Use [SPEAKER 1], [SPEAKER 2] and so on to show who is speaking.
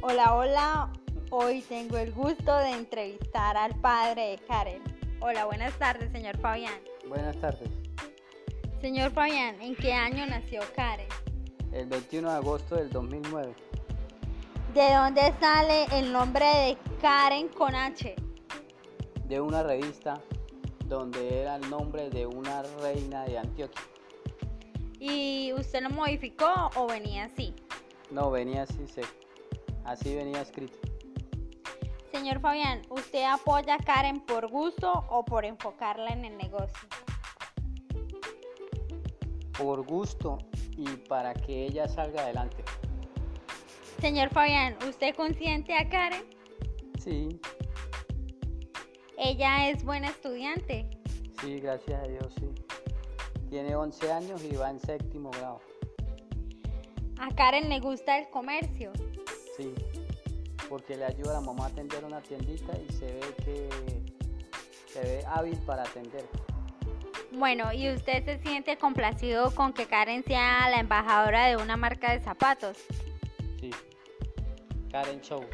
[SPEAKER 1] Hola, hola. Hoy tengo el gusto de entrevistar al padre de Karen. Hola, buenas tardes, señor Fabián.
[SPEAKER 2] Buenas tardes.
[SPEAKER 1] Señor Fabián, ¿en qué año nació Karen?
[SPEAKER 2] El 21 de agosto del 2009,
[SPEAKER 1] ¿De dónde sale el nombre de Karen con H?
[SPEAKER 2] de una revista donde era el nombre de una reina de Antioquia.
[SPEAKER 1] ¿Y usted lo modificó o venía así?
[SPEAKER 2] No, venía así, se- así venía escrito.
[SPEAKER 1] Señor Fabián, ¿usted apoya a Karen por gusto o por enfocarla en el negocio?
[SPEAKER 2] Por gusto y para que ella salga adelante.
[SPEAKER 1] Señor Fabián, ¿usted consiente a Karen?
[SPEAKER 2] Sí,
[SPEAKER 1] Ella es buena estudiante.
[SPEAKER 2] sí, gracias a Dios, sí. Tiene 11 años y va en séptimo grado.
[SPEAKER 1] A Karen le gusta el comercio.
[SPEAKER 2] Sí, porque le ayuda a la mamá a atender una tiendita y se ve que se ve hábil para atender.
[SPEAKER 1] Bueno, ¿y usted se siente complacido con que Karen sea la embajadora de una marca de zapatos?
[SPEAKER 2] Sí. Karen Show.